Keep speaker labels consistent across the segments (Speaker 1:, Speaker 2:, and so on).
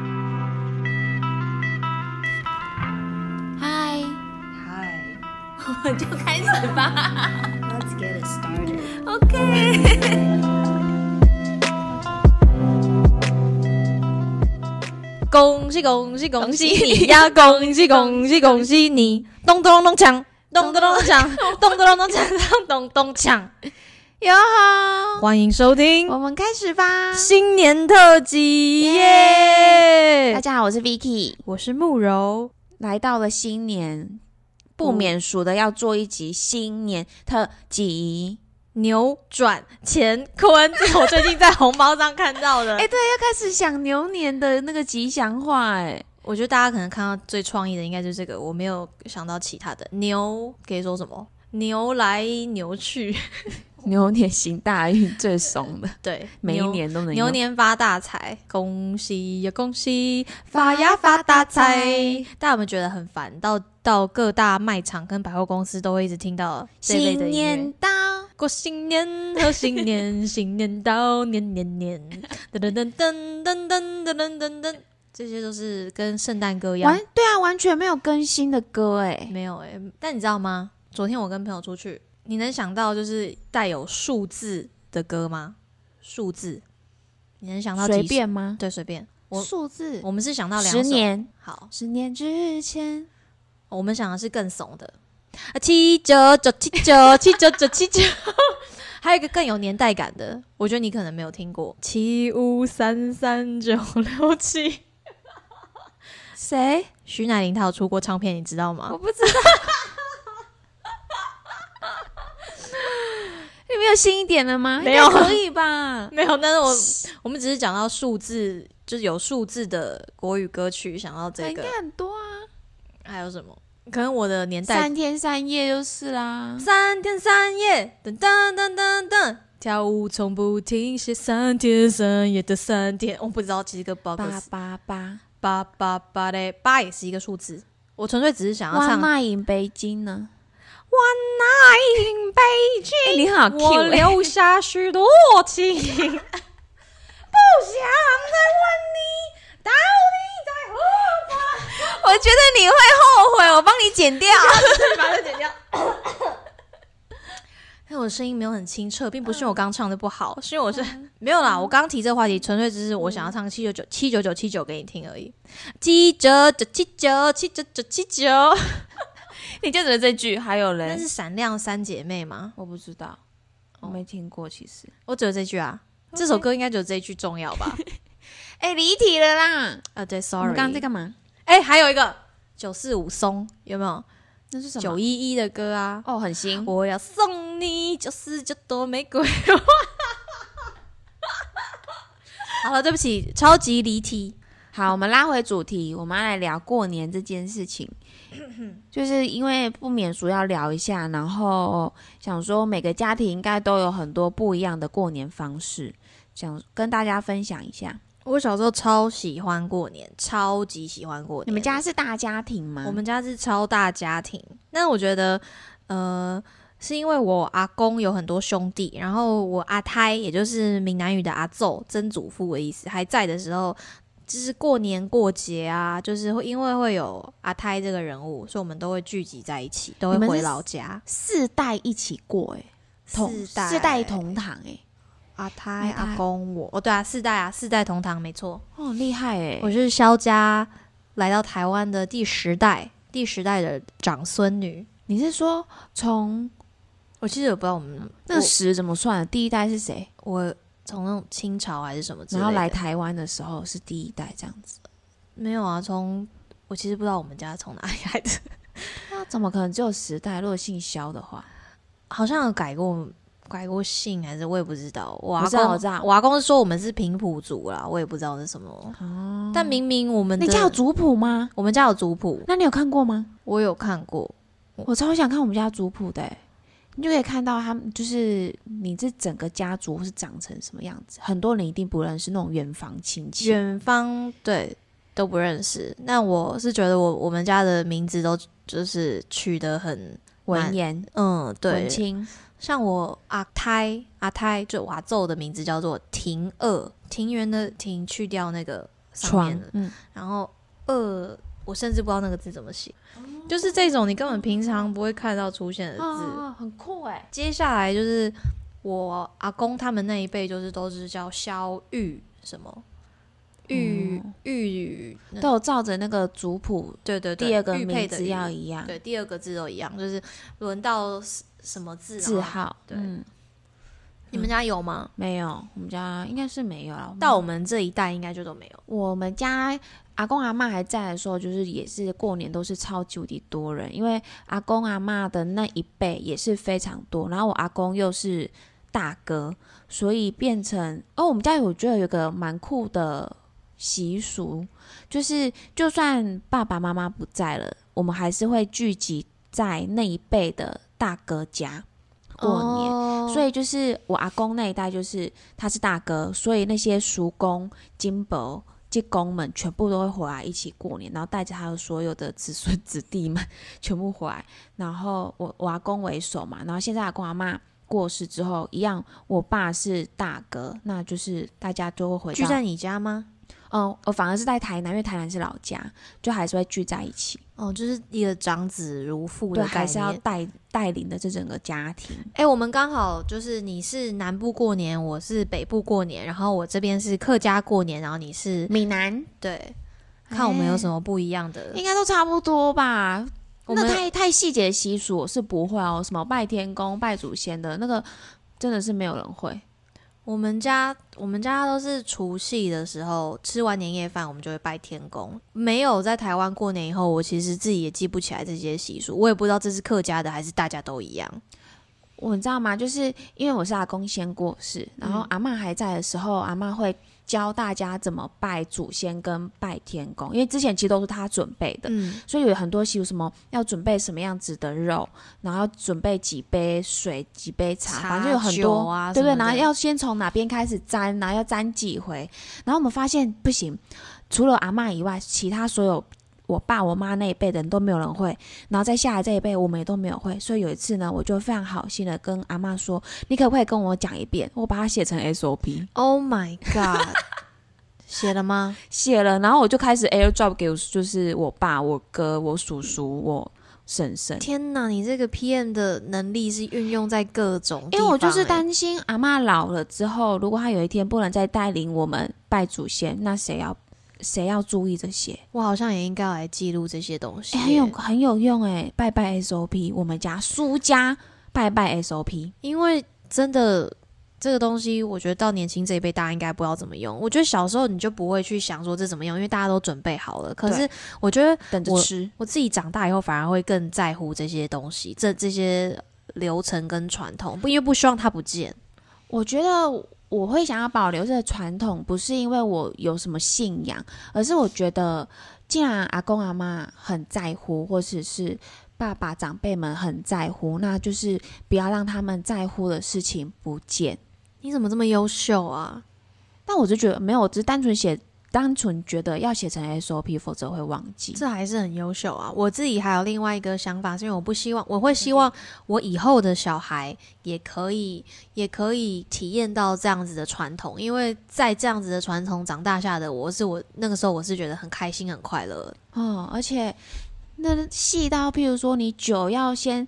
Speaker 1: 我们就开始吧。
Speaker 2: Let's get it started.
Speaker 1: OK。恭喜恭喜恭喜你呀！恭喜恭喜恭喜你！咚咚咚锵，咚咚咚锵，咚咚咚咚锵，咚咚咚锵！
Speaker 3: 哟吼，
Speaker 1: 欢迎收听
Speaker 3: 我们开始吧。
Speaker 1: 新年特辑
Speaker 3: 大
Speaker 1: 耶！
Speaker 3: 家好，我是 Vicky，
Speaker 1: 我是慕柔，
Speaker 3: 来到了新年，不免俗的要做一集新年特辑。
Speaker 1: 扭转乾坤，这是我最近在红包上看到的。
Speaker 3: 哎、对，要开始想牛年的那个吉祥话、哎，
Speaker 1: 我觉得大家可能看到最创意的应该就是这个，我没有想到其他的。牛可以说什么？牛来牛去，
Speaker 3: 牛年行大运最怂的，
Speaker 1: 对，
Speaker 3: 每一
Speaker 1: 牛
Speaker 3: 年都能
Speaker 1: 牛
Speaker 3: 用。
Speaker 1: 年发大财，恭喜呀恭喜，发呀发大财！大家有没有觉得很烦？到到各大卖场跟百货公司都会一直听到这类的
Speaker 3: 新
Speaker 1: 音乐
Speaker 3: 年。到，
Speaker 1: 过新年和新 年，新年到年年年，噔噔噔噔噔噔噔噔噔噔，这些都是跟圣诞歌一样
Speaker 3: 完。对啊，完全没有更新的歌哎，
Speaker 1: 没有哎、但你知道吗？昨天我跟朋友出去，你能想到就是带有数字的歌吗？数字，你能想到几
Speaker 3: 随？便吗？
Speaker 1: 对，随便。我
Speaker 3: 数字
Speaker 1: 我们是想到两首
Speaker 3: 十。年，
Speaker 1: 好，
Speaker 3: 十年之前，
Speaker 1: 我们想的是更怂的，啊，七九九七 九七九九七九， 还有一个更有年代感的，我觉得你可能没有听过，七五三三九六七。
Speaker 3: 谁？
Speaker 1: 徐乃麟她有出过唱片，你知道吗？
Speaker 3: 我不知道。 有没有新一点的吗？
Speaker 1: 没有
Speaker 3: 应该可以吧？
Speaker 1: 没有，但是 我我们只是讲到数字，就是有数字的国语歌曲，想到这
Speaker 3: 应
Speaker 1: 个
Speaker 3: 该很多啊，
Speaker 1: 还有什么？可能我的年代
Speaker 3: 三天三夜就是啦。
Speaker 1: 三天三夜，噔噔噔噔噔，跳舞从不停歇，三天三夜的三天，我不知道其实个八个
Speaker 3: 八
Speaker 1: 字
Speaker 3: 八八，
Speaker 1: 八八八嘞，八也是一个数字。我纯粹只是想要
Speaker 3: 万
Speaker 1: 唱
Speaker 3: 奈影北京呢？
Speaker 1: in 北京，
Speaker 3: 哎、你很好 Q
Speaker 1: 我
Speaker 3: 哎、
Speaker 1: 留下许多 情，不想再问你到底在何方。
Speaker 3: 我觉得你会后悔，我帮你剪掉。
Speaker 1: 把它剪掉。 但我的声音没有很清澈，并不是因为我刚唱的不好，
Speaker 3: 嗯
Speaker 1: 是因为我是没有啦。我刚提这个话题，纯粹只是我想要唱七九九七九九七九给你听而已。七九九七九七九九七九，
Speaker 3: 你就只有这句，还有
Speaker 1: 那
Speaker 3: 人
Speaker 1: 是闪亮三姐妹吗？
Speaker 3: 我不知道，我没听过。其实，
Speaker 1: 我只有这句啊。这首歌应该只有这一句重要吧？
Speaker 3: 哎、离题了啦。
Speaker 1: 啊，对
Speaker 3: 我
Speaker 1: ，sorry。
Speaker 3: 们刚刚在干嘛？
Speaker 1: 哎、还有一个九四五松有没有？
Speaker 3: 那是什么？
Speaker 1: 九一一的歌啊，
Speaker 3: 哦，很新。
Speaker 1: 我要送你九四九朵玫瑰。 好了，对不起，超级离题。
Speaker 3: 好，我们拉回主题，我们要来聊过年这件事情， 就是因为不免俗要聊一下，然后想说每个家庭应该都有很多不一样的过年方式，想跟大家分享一下。
Speaker 1: 我小时候超喜欢过年，超级喜欢过年。
Speaker 3: 你们家是大家庭吗？
Speaker 1: 我们家是超大家庭，但我觉得，呃，是因为我阿公有很多兄弟，然后我阿胎，也就是闽南语的阿奏，曾祖父的意思，还在的时候，就是过年过节啊，就是会因为会有阿胎这个人物，所以我们都会聚集在一起，都会
Speaker 3: 你们是
Speaker 1: 回老家。
Speaker 3: 四代一起过、欸，同
Speaker 1: 四代
Speaker 3: 四代同堂、欸，
Speaker 1: 阿胎、
Speaker 3: 阿胎
Speaker 1: 阿公我，哦对啊，四代啊，四代同堂没错。
Speaker 3: 哦，很厉害、欸，
Speaker 1: 我是萧家来到台湾的第十代，第十代的长孙女。
Speaker 3: 你是说从
Speaker 1: 我其实也不知道我们
Speaker 3: 那个十怎么算？第一代是谁？
Speaker 1: 我从那种清朝还是什么之类
Speaker 3: 然
Speaker 1: 的，啊
Speaker 3: 后来台湾的时候是第一代这样子，
Speaker 1: 没有啊？从我其实不知道我们家从哪里来的，
Speaker 3: 那怎么可能只有十代？如果姓萧的话，
Speaker 1: 好像有改过改过姓还是我也不知道。我阿
Speaker 3: 我知道
Speaker 1: 公
Speaker 3: 我知道哦
Speaker 1: 我阿公是说我们是平埔族啦，我也不知道是什么。但明明我们的
Speaker 3: 你家有族谱吗？
Speaker 1: 我们家有族谱，
Speaker 3: 那你有看过吗？
Speaker 1: 我有看过。
Speaker 3: 我超想看我们家族谱的欸、你就可以看到他们，就是你这整个家族是长成什么样子。很多人一定不认识那种远房亲戚，
Speaker 1: 远方对都不认识。那我是觉得我我们家的名字都就是取得很
Speaker 3: 文言、
Speaker 1: 嗯对
Speaker 3: 文，青，
Speaker 1: 像我阿胎阿胎就我阿奏的名字叫做庭二，庭园的庭去掉那个上
Speaker 3: 床
Speaker 1: 面的，，
Speaker 3: 嗯，哦
Speaker 1: 然后二我甚至不知道那个字怎么写，就是这种你根本平常不会看到出现的字。
Speaker 3: 啊，很酷哎、
Speaker 1: 接下来就是我阿公他们那一辈，就是都是叫萧玉什么玉
Speaker 3: 哦
Speaker 1: 玉，那
Speaker 3: 都有照着那个族谱
Speaker 1: 对对嗯对，
Speaker 3: 第二个
Speaker 1: 玉佩
Speaker 3: 名
Speaker 1: 的
Speaker 3: 字
Speaker 1: 玉
Speaker 3: 要一样，
Speaker 1: 对，第二个字都一样，就是轮到什什么字
Speaker 3: 字
Speaker 1: 然后
Speaker 3: 号，
Speaker 1: 对
Speaker 3: 嗯，
Speaker 1: 你们家有吗？
Speaker 3: 没有，我们家应该是没有了。
Speaker 1: 到我们这一代应该就都没有。
Speaker 3: 我们家阿公阿妈还在的时候，就是也是过年都是超级无敌多人，因为阿公阿妈的那一辈也是非常多，然后我阿公又是大哥，所以变成哦，我们家有我觉得有个蛮酷的习俗，就是就算爸爸妈妈不在了，我们还是会聚集在那一辈的大哥家过年。
Speaker 1: 年
Speaker 3: 所以就是我阿公那一代，就是他是大哥，所以那些叔公、金伯、舅公们全部都会回来一起过年，然后带着他的所有的子孙子弟们 全部回来，然后我我阿公为首嘛，然后现在阿公阿妈过世之后，一样我爸是大哥，那就是大家都会回
Speaker 1: 聚
Speaker 3: 到
Speaker 1: 在，你家吗？
Speaker 3: 嗯，我反而是在台南，因为台南是老家，就还是会聚在一起，
Speaker 1: 哦，就是你的长子如父
Speaker 3: 对，
Speaker 1: 的概
Speaker 3: 还是要
Speaker 1: 念。
Speaker 3: 带带领的这整个家庭。
Speaker 1: 哎、我们刚好就是你是南部过年，我是北部过年，然后我这边是客家过年，然后你是
Speaker 3: 闽南
Speaker 1: 对，看我们有
Speaker 3: 哎
Speaker 1: 什么不一样的。
Speaker 3: 应该都差不多吧。
Speaker 1: 我
Speaker 3: 那
Speaker 1: 们
Speaker 3: 太太细节的习俗我是不会哦，什么拜天公、拜祖先的那个，真的是没有人会。
Speaker 1: 我们家我们家都是除夕的时候吃完年夜饭，我们就会拜天公。没有在台湾过年以后，我其实自己也记不起来这些习俗，我也不知道这是客家的还是大家都一样。
Speaker 3: 我你知道吗？就是因为我是阿公先过世，然
Speaker 1: 嗯
Speaker 3: 后阿嬷还在的时候，阿嬷会教大家怎么拜祖先跟拜天公，因为之前其实都是她准备的。
Speaker 1: 嗯，
Speaker 3: 所以有很多习俗，什么要准备什么样子的肉，然后准备几杯水、几杯茶，
Speaker 1: 茶
Speaker 3: 反正就有很
Speaker 1: 酒
Speaker 3: 多，
Speaker 1: 啊
Speaker 3: 对不对？
Speaker 1: 什么的
Speaker 3: 然后要先从哪边开始沾，然后要沾几回。然后我们发现不行，除了阿嬷以外，其他所有我爸、我妈那一辈的人都没有人会，然后再下来这一辈我们也都没有会。所以有一次呢，我就非常好心的跟阿嬷说：“你可不可以跟我讲一遍？”我把它写成 SOP，
Speaker 1: Oh my god！写了 吗？
Speaker 3: 写了，然后我就开始 AirDrop 给我，就是我爸、我哥、我叔叔、我婶婶。
Speaker 1: 天哪，你这个 PM 的能力是运用在各种地
Speaker 3: 因
Speaker 1: 方欸、
Speaker 3: 为我就是担心阿嬷老了之后，如果她有一天不能再带领我们拜祖先，那谁要谁要注意这些？
Speaker 1: 我好像也应该要来记录这些东西欸
Speaker 3: 哎、
Speaker 1: 耶、
Speaker 3: 很有很有用哎、拜拜 SOP，我们家苏家拜拜 SOP，
Speaker 1: 因为真的这个东西，我觉得到年轻这一辈，大家应该不知道怎么用。我觉得小时候你就不会去想说这怎么用，因为大家都准备好了。可是我觉得
Speaker 3: 等着
Speaker 1: 我
Speaker 3: 吃。
Speaker 1: 我自己长大以后，反而会更在乎这些东西，这这些流程跟传统，不因为不希望它不见。
Speaker 3: 我觉得我会想要保留这个传统，不是因为我有什么信仰，而是我觉得，既然阿公阿妈很在乎，或者是爸爸长辈们很在乎，那就是不要让他们在乎的事情不见。
Speaker 1: 你怎么这么优秀啊？
Speaker 3: 但我就觉得没有，我只是单纯写，单纯觉得要写成 SOP，否则会忘记。
Speaker 1: 这还是很优秀啊！我自己还有另外一个想法，是因为我不希望，我会希望我以后的小孩也可以，也可以体验到这样子的传统，因为在这样子的传统长大下的我，是我那个时候我是觉得很开心、很快乐。
Speaker 3: 哦，而且那细到，譬如说你酒要先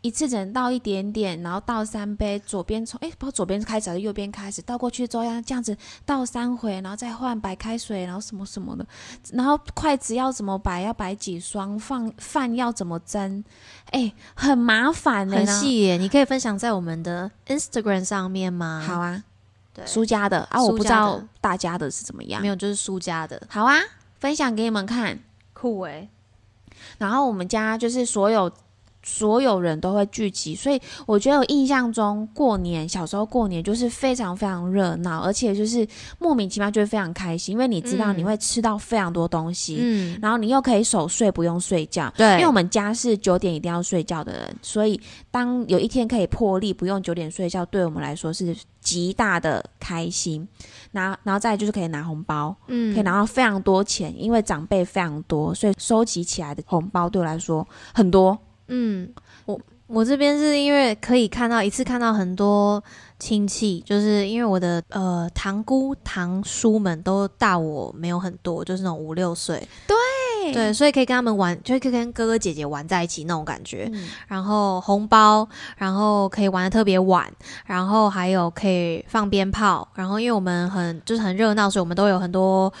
Speaker 3: 一次只能倒一点点，然后倒三杯，左边从哎，不知道左边开始还是右边开始倒过去之后，要这样子倒三回，然后再换白开水，然后什么什么的，然后筷子要怎么摆，要摆几双，放饭要怎么蒸，哎，很麻烦欸呢、
Speaker 1: 很。细耶，你可以分享在我们的 Instagram 上面吗？
Speaker 3: 好，啊，
Speaker 1: 对，
Speaker 3: 苏家的啊，我
Speaker 1: 苏
Speaker 3: 不知
Speaker 1: 家
Speaker 3: 道
Speaker 1: 的
Speaker 3: 大家的是怎么样
Speaker 1: 没。有就是苏家的
Speaker 3: 好啊，分享给你们看。
Speaker 1: 酷欸诶，
Speaker 3: 然后我们家就是所有所有人都会聚集，所以我觉得我印象中过年小时候过年就是非常非常热闹，而且就是莫名其妙就会非常开心，因为你知道
Speaker 1: 嗯
Speaker 3: 你会吃到非常多东西，
Speaker 1: 嗯，
Speaker 3: 然后你又可以守岁不用睡觉。
Speaker 1: 对，
Speaker 3: 因为我们家是九点一定要睡觉的人，所以当有一天可以破例不用九点睡觉，对我们来说是极大的开心。然然后再来就是可以拿红包，
Speaker 1: 嗯
Speaker 3: 可以拿到非常多钱，因为长辈非常多，所以收集起来的红包对我来说很多。
Speaker 1: 嗯，我我这边是因为可以看到一次看到很多亲戚，就是因为我的呃堂姑堂叔们都大我没有很多，就是那种五六岁，
Speaker 3: 对
Speaker 1: 对，所以可以跟他们玩，就可以跟哥哥姐姐玩在一起那种感觉。
Speaker 3: 嗯
Speaker 1: 然后红包，然后可以玩的特别晚，然后还有可以放鞭炮，然后因为我们很就是很热闹，所以我们都有很多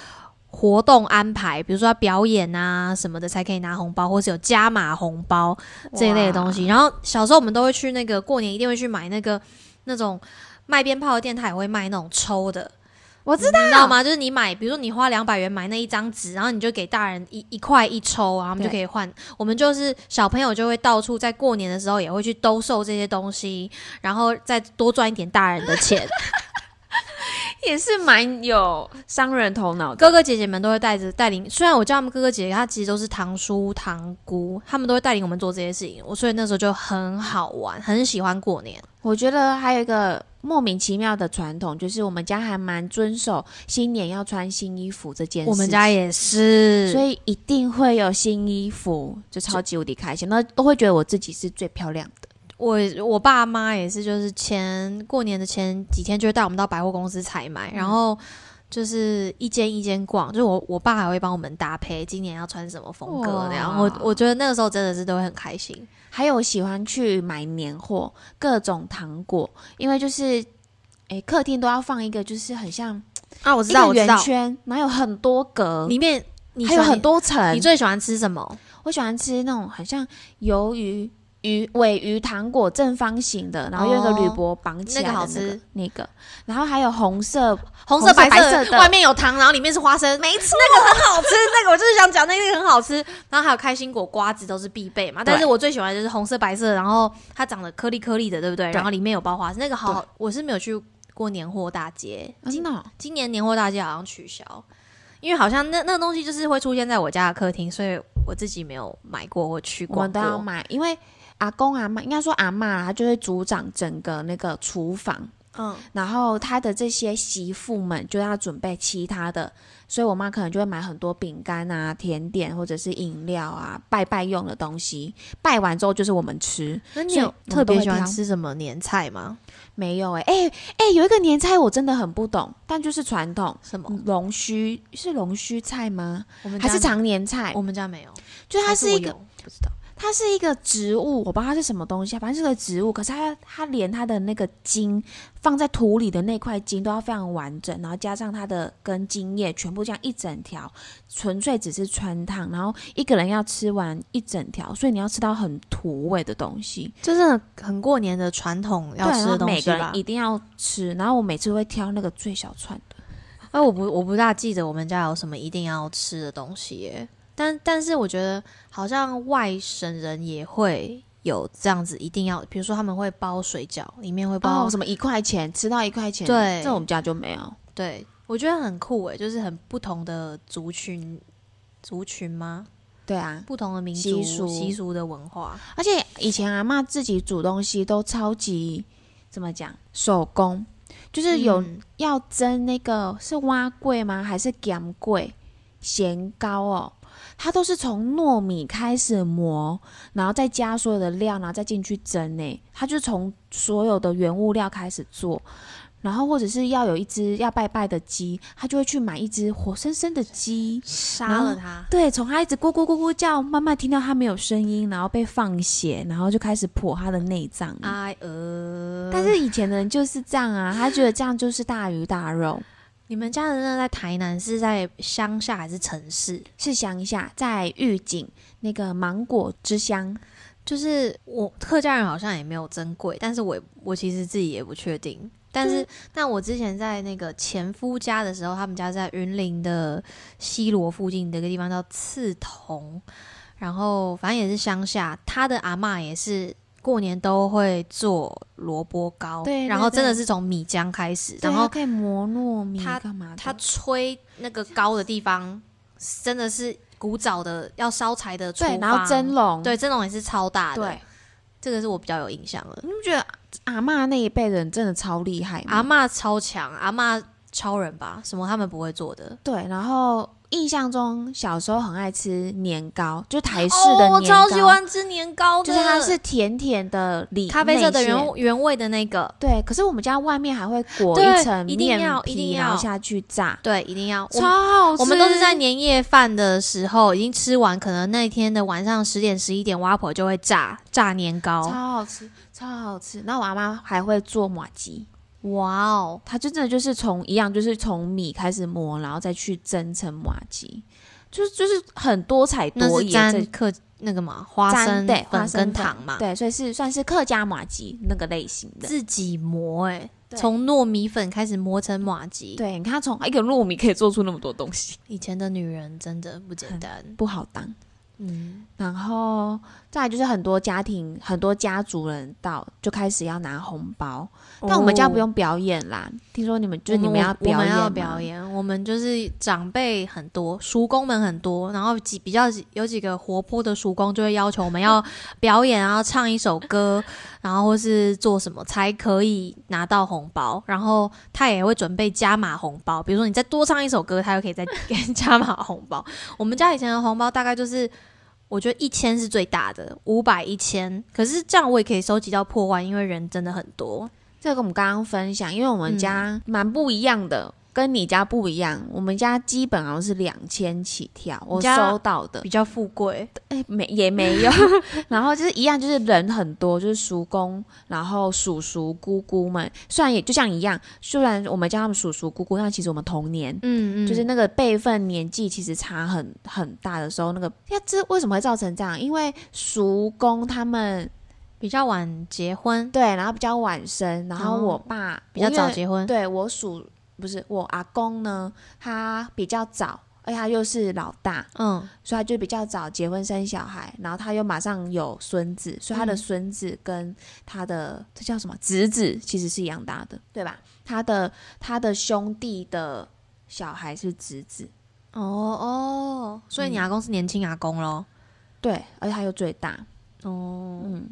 Speaker 1: 活动安排，比如说要表演啊什么的才可以拿红包，或是有加码红包这一类的东西。然后小时候我们都会去那个过年一定会去买那个那种卖鞭炮的店，它也会卖那种抽的。
Speaker 3: 我
Speaker 1: 知道，你知道吗？就是你买，比如说你花两百元买那一张纸，然后你就给大人一一块一抽，啊然后他们就
Speaker 3: 对
Speaker 1: 可以换。我们就是小朋友就会到处在过年的时候也会去兜售这些东西，然后再多赚一点大人的钱。
Speaker 3: 也是蛮有商人头脑的。
Speaker 1: 哥哥姐姐们都会带着带领，虽然我叫他们哥哥姐姐，他其实都是堂叔堂姑，他们都会带领我们做这些事情。我所以那时候就很好玩，很喜欢过年。
Speaker 3: 我觉得还有一个莫名其妙的传统，就是我们家还蛮遵守新年要穿新衣服这件事。
Speaker 1: 我们家。也是，
Speaker 3: 所以一定会有新衣服，就超级无敌开心，那都会觉得我自己是最漂亮的。
Speaker 1: 我我爸妈也是，就是前过年的前几天就会带我们到百货公司采买，
Speaker 3: 嗯
Speaker 1: 然后就是一间一间逛，就是我我爸还会帮我们搭配今年要穿什么风格
Speaker 3: 哇
Speaker 1: 那样。我我觉得那个时候真的是都会很开心，
Speaker 3: 还有喜欢去买年货，各种糖果，因为就是，诶，客厅都要放一个，就是很像
Speaker 1: 啊！我
Speaker 3: 一个圆圈，然后有很多格，
Speaker 1: 里面你
Speaker 3: 还
Speaker 1: 喜
Speaker 3: 有
Speaker 1: 欢
Speaker 3: 很，多层。
Speaker 1: 你最喜欢吃什么？
Speaker 3: 我喜欢吃那种很像鱿鱼、鱼尾鱼糖果正方形的，然后用一个
Speaker 1: 哦
Speaker 3: 铝箔绑起来的
Speaker 1: 那个好
Speaker 3: 那个
Speaker 1: 吃，
Speaker 3: 那个然后还有红色，
Speaker 1: 红
Speaker 3: 色
Speaker 1: 色、白
Speaker 3: 白色的
Speaker 1: 外面有糖，然后里面是花生，没错，那个很好吃。 那个我就是想讲，那个很好吃。然后还有开心果、瓜子都是必备嘛。
Speaker 3: 对
Speaker 1: 但是我最喜欢的就是红色、白色，然后它长得颗粒颗粒的，对不对？
Speaker 3: 对
Speaker 1: 然后里面有包花生，那个好。我是没有去过年货大街，
Speaker 3: 真的哦、
Speaker 1: 今年年货大街好像取消，因为好像那那个东西就是会出现在我家的客厅，所以我自己没有买过或去
Speaker 3: 我
Speaker 1: 逛
Speaker 3: 们都要
Speaker 1: 过。
Speaker 3: 买，因为阿公阿妈应该说阿妈，她就会组长整个那个厨房，
Speaker 1: 嗯，
Speaker 3: 然后她的这些媳妇们就要准备其他的，所以我妈可能就会买很多饼干啊、甜点或者是饮料啊、拜拜用的东西。拜完之后就是我们吃，
Speaker 1: 那你
Speaker 3: 所以
Speaker 1: 有
Speaker 3: 我们
Speaker 1: 特
Speaker 3: 都
Speaker 1: 别
Speaker 3: 会
Speaker 1: 喜欢
Speaker 3: 挑
Speaker 1: 吃什么年菜吗？
Speaker 3: 没有哎哎哎，有一个年菜我真的很不懂，但就是传统。
Speaker 1: 什么？
Speaker 3: 龙须是龙须菜吗？
Speaker 1: 我们
Speaker 3: 还
Speaker 1: 家
Speaker 3: 是常年菜
Speaker 1: 我？们家没有，
Speaker 3: 就它
Speaker 1: 哦还
Speaker 3: 是一
Speaker 1: 我
Speaker 3: 个
Speaker 1: 有不知道。
Speaker 3: 它是一个植物，我不知道它是什么东西啊，反正是个植物。可是它它连它的那个茎放在土里的那块茎都要非常完整，然后加上它的根茎叶全部这样一整条，纯粹只是穿烫，然后一个人要吃完一整条，所以你要吃到很土味的东西。
Speaker 1: 就是很过年的传统要
Speaker 3: 对，
Speaker 1: 吃
Speaker 3: 然后
Speaker 1: 的东
Speaker 3: 每
Speaker 1: 西
Speaker 3: 个
Speaker 1: 吧
Speaker 3: 人。一定要吃，然后我每次会挑那个最小串的。
Speaker 1: 哎，我不我不大记得我们家有什么一定要吃的东西耶，但但是我觉得好像外省人也会有这样子一定要，比如说他们会包水饺，里面会包、
Speaker 3: 哦，什么一块钱吃到一块钱，
Speaker 1: 对
Speaker 3: 这我们家就没有。
Speaker 1: 对，我觉得很酷诶，就是很不同的族群族群吗？
Speaker 3: 对啊，
Speaker 1: 不同的民
Speaker 3: 习
Speaker 1: 族
Speaker 3: 俗
Speaker 1: 习俗的文化，
Speaker 3: 而且以前阿嬷自己煮东西都超级怎么讲手工，就是有
Speaker 1: 嗯
Speaker 3: 要蒸那个、是蛙桂吗？还是咸桂？咸糕哦，它都是从糯米开始磨，然后再加所有的料，然后再进去蒸呢。它就是从所有的原物料开始做。然后或者是要有一只要拜拜的鸡，他就会去买一只活生生的鸡，
Speaker 1: 杀了他。
Speaker 3: 对，从它一直咕咕咕咕叫，慢慢听到它没有声音，然后被放血，然后就开始破它的内脏。啊、
Speaker 1: 哎呃，
Speaker 3: 但是以前的人就是这样啊，他觉得这样就是大鱼大肉。
Speaker 1: 你们家人真的在台南是在乡下还是城市？
Speaker 3: 是乡下，在玉井那个芒果之乡，
Speaker 1: 就是我客家人好像也没有珍贵，但是我也我其实自己也不确定。但是，但我之前在那个前夫家的时候，他们家在云林的西罗附近的一个地方叫刺桐，然后反正也是乡下。他的阿嬷也是过年都会做萝卜糕，
Speaker 3: 对对
Speaker 1: 然后真的
Speaker 3: 对
Speaker 1: 是从米浆开始，
Speaker 3: 对
Speaker 1: 然
Speaker 3: 它
Speaker 1: 后
Speaker 3: 可以磨糯米
Speaker 1: 它
Speaker 3: 干嘛的？
Speaker 1: 他吹那个糕的地方真的是古早的要烧柴的厨
Speaker 3: 对，然后
Speaker 1: 房
Speaker 3: 蒸笼，
Speaker 1: 对蒸笼也是超大的，
Speaker 3: 对，
Speaker 1: 这个是我比较有印象的。
Speaker 3: 你不觉得阿嬷那一辈人真的超厉害吗？
Speaker 1: 阿嬷超强，阿嬷超人吧，什么他们不会做的。
Speaker 3: 对，然后印象中小时候很爱吃年糕，就台式的年
Speaker 1: 哦，
Speaker 3: 糕，
Speaker 1: 我超喜，欢吃年糕的，
Speaker 3: 就是它是甜甜的里
Speaker 1: 咖啡色的
Speaker 3: 内馅
Speaker 1: 原原味的那个，
Speaker 3: 对，可是我们家外面还会裹
Speaker 1: 对
Speaker 3: 层
Speaker 1: 一定
Speaker 3: 面
Speaker 1: 要一
Speaker 3: 皮，
Speaker 1: 定
Speaker 3: 然后
Speaker 1: 要
Speaker 3: 下去炸，
Speaker 1: 对，一定要。我
Speaker 3: 超
Speaker 1: 们
Speaker 3: 好吃。
Speaker 1: 我们都是在年夜饭的时候已经吃完，可能那天的晚上十点十一点，我阿婆就会炸炸年
Speaker 3: 超
Speaker 1: 糕。
Speaker 3: 好吃，超好吃。那我阿妈还会做马吉，
Speaker 1: 哇哦，
Speaker 3: 她就真的就是从一样，就是从米开始磨，然后再去蒸成马吉，就是就是很多彩
Speaker 1: 那
Speaker 3: 多
Speaker 1: 是
Speaker 3: 艺
Speaker 1: 沾
Speaker 3: 这。
Speaker 1: 客那个嘛花
Speaker 3: 沾
Speaker 1: 生
Speaker 3: 对花
Speaker 1: 粉
Speaker 3: 生
Speaker 1: 跟
Speaker 3: 粉
Speaker 1: 糖嘛，
Speaker 3: 对，所以是算是客家马吉那个类型的。
Speaker 1: 自己磨哎、
Speaker 3: 对
Speaker 1: 从糯米粉开始磨成马吉。
Speaker 3: 对，你看，从一个糯米可以做出那么多东西，
Speaker 1: 以前的女人真的不简单。
Speaker 3: 不好当。
Speaker 1: 嗯，
Speaker 3: 然后再来就是很多家庭、很多家族人到就开始要拿红包，但我们家不用表演啦。听说你们就是你
Speaker 1: 我
Speaker 3: 哦们要
Speaker 1: 哦我
Speaker 3: 表
Speaker 1: 们
Speaker 3: 演，
Speaker 1: 要表。演，我们就是长辈很多，叔公们很多，然后几比较有几个活泼的叔公就会要求我们要表演，然后唱一首歌， 然后或是做什么才可以拿到红包，然后他也会准备加码红包，比如说你再多唱一首歌，他就可以再 给你加码红包。我们家以前的红包大概就是。我觉得一千是最大的，五百一千，可是这样我也可以收集到破万，因为人真的很多。
Speaker 3: 这个我们刚刚分享，因为我们家蛮不一样的，跟你家不一样。我们家基本好像是两千起跳，我
Speaker 1: 你家
Speaker 3: 收到的
Speaker 1: 比较富贵，
Speaker 3: 没也没 有。然后就是一样，就是人很多，就是叔公，然后叔叔姑姑们，虽然也就像一样，虽然我们叫他们叔叔姑姑，但其实我们同年。
Speaker 1: 嗯嗯，
Speaker 3: 就是那个辈分、年纪其实差很很大的时候，那个呀，这为什么会造成这样？因为叔公他们
Speaker 1: 比较晚结婚，
Speaker 3: 对，然后比较晚生，然后
Speaker 1: 哦
Speaker 3: 我爸
Speaker 1: 比较早
Speaker 3: 婚。
Speaker 1: 结婚，
Speaker 3: 对我叔不是我阿公呢，他比较早，而且他又是老大，
Speaker 1: 嗯，
Speaker 3: 所以他就比较早结婚生小孩，然后他又马上有孙子，所以他的
Speaker 1: 嗯
Speaker 3: 孙子跟他的、这叫什么侄子其实是一样大的，对吧？他的他的兄弟的小孩是侄子，
Speaker 1: 哦哦，所以你阿公是年轻阿公咯。
Speaker 3: 对，而且他又最大，
Speaker 1: 哦，
Speaker 3: 嗯，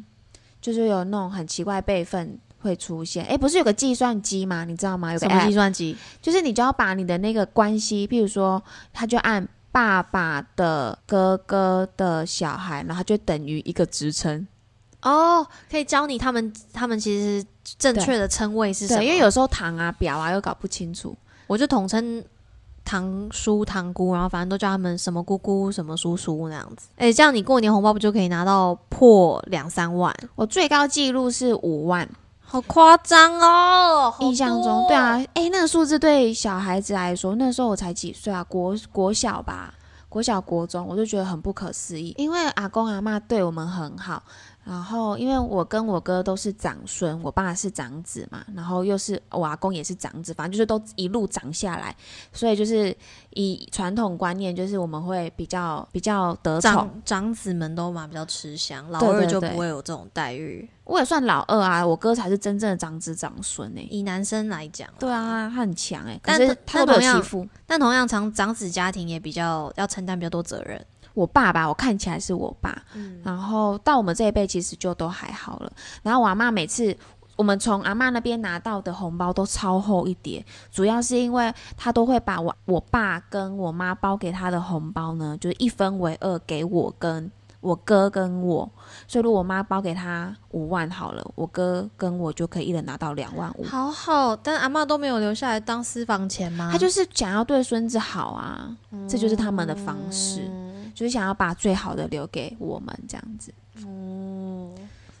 Speaker 3: 就是有那种很奇怪辈分。会出现，诶，不是有个计算机吗？你知道吗？有个
Speaker 1: 什么
Speaker 3: app
Speaker 1: 计算机？
Speaker 3: 就是你就要把你的那个关系，譬如说，他就按爸爸的哥哥的小孩，然后他就等于一个职称。
Speaker 1: 哦，可以教你他们，他们其实正确的称谓是什么？
Speaker 3: 对，因为有时候堂啊、表啊又搞不清楚。
Speaker 1: 我就统称堂叔、堂姑，然后反正都叫他们什么姑姑、什么叔叔那样子。哎，这样你过年红包不就可以拿到破两三万？
Speaker 3: 我最高记录是五万，
Speaker 1: 好夸张哦！好多哦
Speaker 3: 印象中，对，啊，诶，那个数字对小孩子来说，那时候我才几岁啊，国国小吧，国小国中，我就觉得很不可思议，因为阿公阿妈对我们很好，然后因为我跟我哥都是长孙，我爸是长子嘛，然后又是我阿公也是长子，反正就是都一路长下来，所以就是以传统观念，就是我们会比较比较得宠。
Speaker 1: 长长子们都嘛比较吃香，老
Speaker 3: 对对
Speaker 1: 二就
Speaker 3: 对
Speaker 1: 不会有这种待遇。
Speaker 3: 我也算老二啊，我哥才是真正的长子长孙呢、
Speaker 1: 以男生来讲，
Speaker 3: 对啊，他很强哎、可
Speaker 1: 但
Speaker 3: 是
Speaker 1: 但
Speaker 3: 他都没
Speaker 1: 同
Speaker 3: 有
Speaker 1: 样
Speaker 3: 媳妇。
Speaker 1: 但同样长长子家庭也比较要承担比较多责任。
Speaker 3: 我爸爸，我看起来是我爸，然后到我们这一辈其实就都还好了。然后我阿妈每次我们从阿妈那边拿到的红包都超厚一叠，主要是因为她都会把我我爸跟我妈包给她的红包呢，就是一分为二给我跟我哥跟我，所以如果我妈包给他五万好了，我哥跟我就可以一人拿到两万五。
Speaker 1: 好好，但阿妈都没有留下来当私房钱吗？嗯
Speaker 3: 他就是想要对孙子好啊，这就是他们的方式，就是想要把最好的留给我们这样子。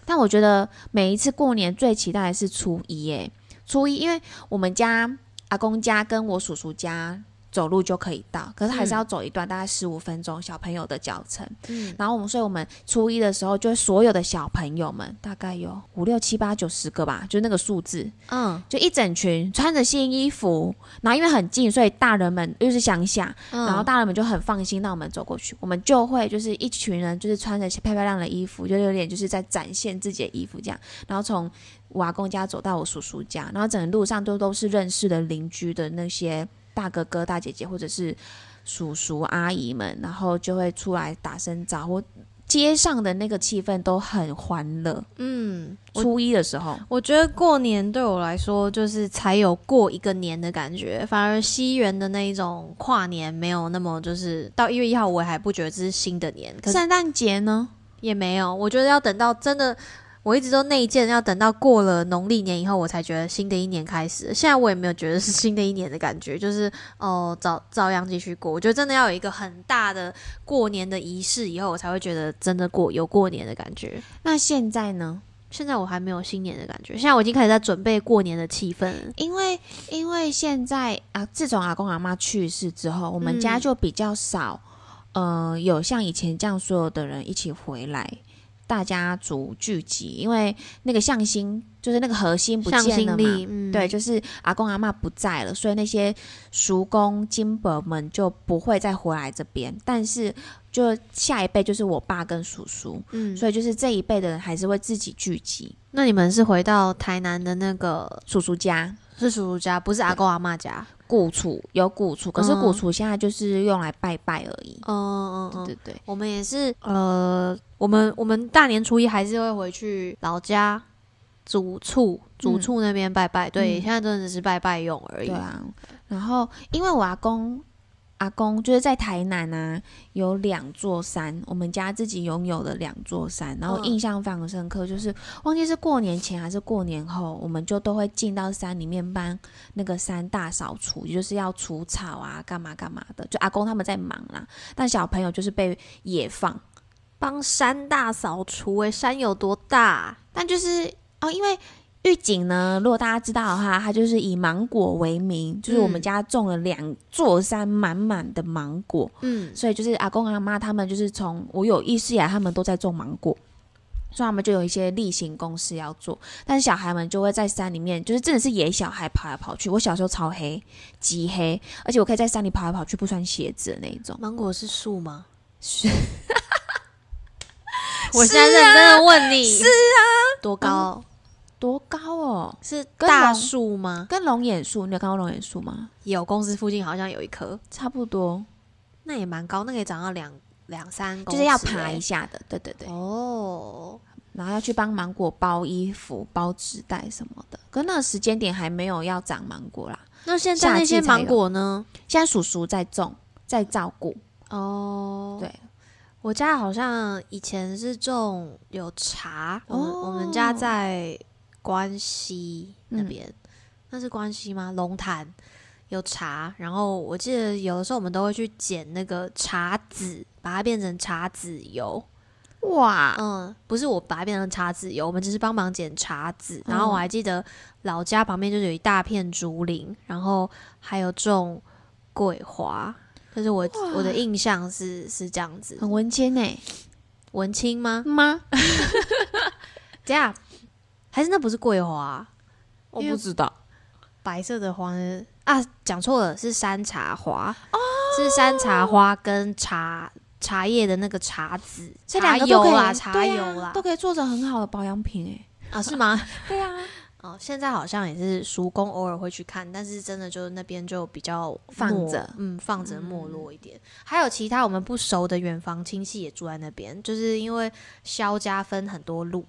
Speaker 3: 但我觉得每一次过年最期待的是初一，诶，初一因为我们家阿公家跟我叔叔家走路就可以到，可是还是要走一段，大概十五分钟小朋友的脚程。
Speaker 1: 嗯
Speaker 3: 然后我们，所以我们初一的时候，就是所有的小朋友们，大概有五六七八九十个吧，就那个数字，
Speaker 1: 嗯
Speaker 3: 就一整群穿着新衣服，然后因为很近，所以大人们又是乡下，
Speaker 1: 嗯，
Speaker 3: 然后大人们就很放心让我们走过去，我们就会就是一群人就是穿着漂漂亮的衣服，就有点就是在展现自己的衣服这样，然后从我阿公家走到我叔叔家，然后整个路上都都是认识的邻居的那些大哥哥大姐姐或者是叔叔阿姨们，然后就会出来打声招呼。街上的那个气氛都很欢乐。
Speaker 1: 嗯，我
Speaker 3: 初一的时候，
Speaker 1: 我觉得过年对我来说就是才有过一个年的感觉，反而西元的那一种跨年没有那么就是到一月一号，我还不觉得这是新的年，可是
Speaker 3: 圣诞节呢？
Speaker 1: 也没有，我觉得要等到真的。我一直都内建，要等到过了农历年以后，我才觉得新的一年开始。现在我也没有觉得是新的一年的感觉，就是哦，照照样继续过。我觉得真的要有一个很大的过年的仪式，以后我才会觉得真的过有过年的感觉。
Speaker 3: 那现在呢？
Speaker 1: 现在我还没有新年的感觉，现在我已经开始在准备过年的气氛了。
Speaker 3: 因为因为现在啊，自从阿公阿妈去世之后，我们家
Speaker 1: 嗯
Speaker 3: 就比较少，呃，有像以前这样所有的人一起回来，大家族聚集，因为那个向心就是那个核心不
Speaker 1: 向
Speaker 3: 见了
Speaker 1: 心力
Speaker 3: 嘛。，
Speaker 1: 嗯，
Speaker 3: 对，就是阿公阿妈不在了，所以那些叔公金伯们就不会再回来这边。但是，就下一辈就是我爸跟叔叔，
Speaker 1: 嗯，
Speaker 3: 所以就是这一辈的人还是会自己聚集
Speaker 1: 那你们是回到台南的那个
Speaker 3: 叔叔家。
Speaker 1: 是叔叔家，不是阿公阿妈家？
Speaker 3: 古厝有古厝，可是古
Speaker 1: 嗯
Speaker 3: 厝现在就是用来拜拜而已。
Speaker 1: 嗯嗯嗯，
Speaker 3: 对对对，
Speaker 1: 我们也是呃，我们我们大年初一还是会回去老家祖厝祖
Speaker 3: 嗯
Speaker 1: 厝那边拜拜。对，
Speaker 3: 嗯
Speaker 1: 现在真的只是拜拜用而已。
Speaker 3: 对啊。然后因为我阿公阿公就是在台南啊，有两座山，我们家自己拥有的两座山，然后
Speaker 1: 嗯
Speaker 3: 印象非常深刻，就是忘记是过年前还是过年后，我们就都会进到山里面帮那个山大扫除，就是要除草啊，干嘛干嘛的。就阿公他们在忙啦，但小朋友就是被野放。
Speaker 1: 帮山大扫除，诶，山有多大？
Speaker 3: 但就是哦，因为预警呢，如果大家知道的话，它就是以芒果为名，就是我们
Speaker 1: 嗯
Speaker 3: 家种了两座山满满的芒果，
Speaker 1: 嗯，
Speaker 3: 所以就是阿公阿妈他们就是从我有意识以来，他们都在种芒果。所以他们就有一些例行公事要做，但是小孩们就会在山里面，就是真的是野小孩跑来跑去。我小时候超黑，极黑，而且我可以在山里跑来跑去不穿鞋子的那一种。
Speaker 1: 芒果是树吗？
Speaker 3: 是，啊
Speaker 1: 我现在认真的问你，是啊，多
Speaker 3: 嗯
Speaker 1: 高？
Speaker 3: 多高哦？
Speaker 1: 是
Speaker 3: 跟
Speaker 1: 大
Speaker 3: 龙
Speaker 1: 树吗？
Speaker 3: 跟龙眼树，你有看过龙眼树吗？
Speaker 1: 有，公司附近好像有一棵，
Speaker 3: 差不多，
Speaker 1: 那也蛮高，那个也长到两两三公
Speaker 3: 就
Speaker 1: 尺、
Speaker 3: 是要爬
Speaker 1: 欸
Speaker 3: 一下的，对对对，
Speaker 1: 哦，
Speaker 3: 然后要去帮芒果包衣服、包纸袋什么的。可那个时间点还没有要长芒果啦，
Speaker 1: 那现在那些
Speaker 3: 夏季才有
Speaker 1: 芒果呢？
Speaker 3: 现在叔叔在种，在照顾。
Speaker 1: 哦，
Speaker 3: 对，
Speaker 1: 我家好像以前是种有茶，我们、
Speaker 3: 哦
Speaker 1: 我们家在关西那边，那是关西吗？龙潭有茶，然后我记得有的时候我们都会去捡那个茶籽，把它变成茶籽油。
Speaker 3: 哇，
Speaker 1: 嗯，不是我把它变成茶籽油，我们只是帮忙捡茶籽。然后
Speaker 3: 嗯
Speaker 1: 我还记得老家旁边就是有一大片竹林，然后还有种桂花，就是我我的印象是是这样子。
Speaker 3: 很文青欸呢、
Speaker 1: 文青吗？
Speaker 3: 吗？
Speaker 1: 这样还是那不是桂花啊、
Speaker 3: 我不知道，
Speaker 1: 白色的花呢啊，讲错了，是山茶花是山茶花跟茶茶叶的那个茶籽，
Speaker 3: 这两
Speaker 1: 茶
Speaker 3: 个
Speaker 1: 油
Speaker 3: 都可以
Speaker 1: 啦，
Speaker 3: 对
Speaker 1: 茶油
Speaker 3: 啊
Speaker 1: 啦，
Speaker 3: 都可以做成很好的保养品哎、
Speaker 1: 啊是吗？
Speaker 3: 对啊，
Speaker 1: 哦，现在好像也是叔公偶尔会去看，但是真的就是那边就比较
Speaker 3: 放
Speaker 1: 没
Speaker 3: 着
Speaker 1: 嗯，放着没落一点。还有其他我们不熟的远房亲戚也住在那边，就是因为萧家分很多路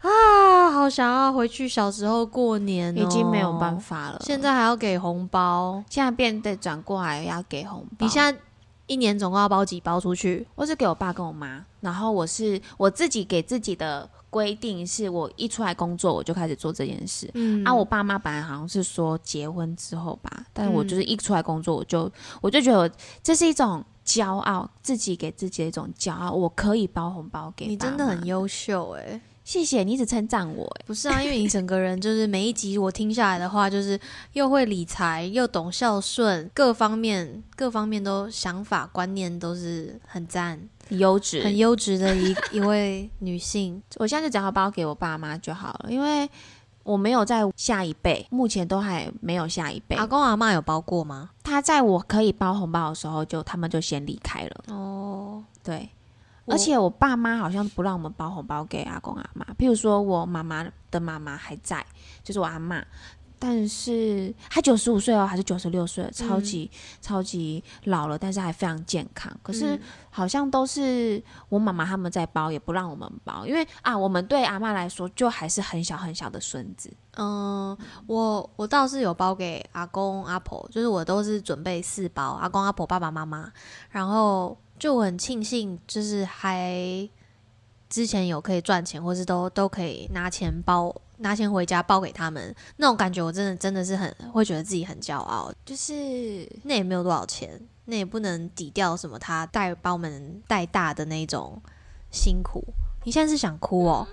Speaker 1: 啊，好想要回去小时候过年、
Speaker 3: 已经没有办
Speaker 1: 法，
Speaker 3: 法了。
Speaker 1: 现在还要给红包，
Speaker 3: 现在变得转过来要给红包。
Speaker 1: 你现在一年总共要包几包出去？
Speaker 3: 我是给我爸跟我妈，然后我是我自己给自己的规定是，我一出来工作我就开始做这件事。
Speaker 1: 嗯
Speaker 3: 啊，我爸妈本来好像是说结婚之后吧，但我
Speaker 1: 嗯
Speaker 3: 就是一出来工作，我就我就觉得我这是一种骄傲，自己给自己的一种骄傲，我可以包红包给
Speaker 1: 你
Speaker 3: 爸
Speaker 1: 真的
Speaker 3: 妈
Speaker 1: 很优秀哎、
Speaker 3: 谢谢你一直称赞我、欸，
Speaker 1: 不是啊，因为你整个人就是每一集我听下来的话，就是又会理财，又懂孝顺，各方面各方面都想法观念都是很赞，
Speaker 3: 很优质，
Speaker 1: 很优质的一 一位女性。
Speaker 3: 我现在就只要包给我爸妈就好了，因为我没有在下一辈，目前都还没有下一辈。
Speaker 1: 阿公阿妈有包过吗？
Speaker 3: 他在我可以包红包的时候就，他们就先离开了。
Speaker 1: 哦，
Speaker 3: 对，
Speaker 1: 我
Speaker 3: 而且我爸妈好像不让我们包红包给阿公阿妈，譬如说我妈妈的妈妈还在，就是我阿妈，但是他九十五岁哦，还是九十六岁，超级、超级老了，但是还非常健康。可是
Speaker 1: 嗯
Speaker 3: 好像都是我妈妈他们在包，也不让我们包，因为啊，我们对阿嬷来说就还是很小很小的孙子。
Speaker 1: 嗯，我我倒是有包给阿公阿婆，就是我都是准备四包，阿公阿婆爸爸妈妈，然后就我很庆幸，就是还之前有可以赚钱，或是都都可以拿钱包拿钱回家包给他们，那种感觉我真的真的是很会觉得自己很骄傲，
Speaker 3: 就是
Speaker 1: 那也没有多少钱，那也不能抵掉什么他带把我们带大的那种辛苦。你现在是想哭哦？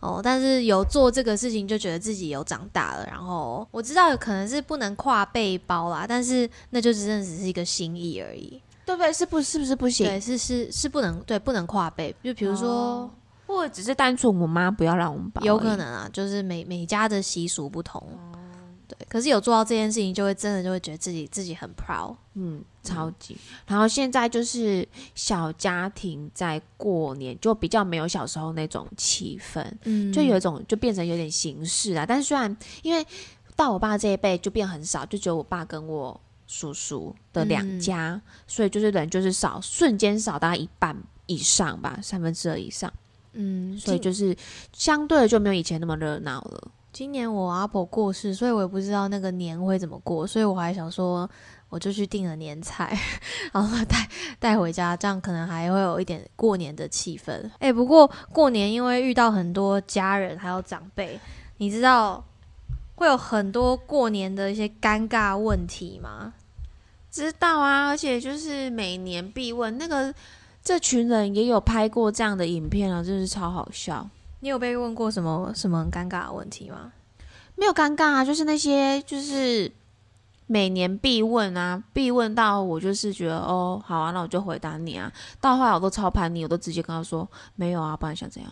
Speaker 1: 哦，但是有做这个事情就觉得自己有长大了。然后我知道有可能是不能跨背包啦，但是那就真的只是一个心意而已。
Speaker 3: 对不对？是不是不是不行？
Speaker 1: 对，是是是不能对不能跨背，就比如说、
Speaker 3: 哦或者只是单纯我妈不要让我们包而已，
Speaker 1: 有可能啊，就是每每家的习俗不同。
Speaker 3: 哦
Speaker 1: 对，可是有做到这件事情，就会真的就会觉得自己自己很 proud。
Speaker 3: 嗯，超级。然后现在就是小家庭在过年，就比较没有小时候那种气氛，
Speaker 1: 嗯
Speaker 3: 就有一种就变成有点形式啊。但是虽然因为到我爸这一辈就变很少，就只有我爸跟我叔叔的两
Speaker 1: 嗯
Speaker 3: 家，所以就是人就是少，瞬间少大概一半以上吧，三分之二以上，
Speaker 1: 嗯，
Speaker 3: 所以就是相对的就没有以前那么热闹了。
Speaker 1: 今年我阿婆过世，所以我也不知道那个年会怎么过，所以我还想说，我就去订了年菜， 然后带带回家，这样可能还会有一点过年的气氛。哎、不过过年因为遇到很多家人还有长辈，你知道会有很多过年的一些尴尬问题吗？
Speaker 3: 知道啊，而且就是每年必问那个。这群人也有拍过这样的影片啊，真是超好笑。
Speaker 1: 你有被问过什么什么很尴尬的问题吗？
Speaker 3: 没有尴尬啊，就是那些就是每年必问啊，必问到我就是觉得哦，好啊，那我就回答你啊。到后来我都超叛逆，我都直接跟他说没有啊，不然想怎样？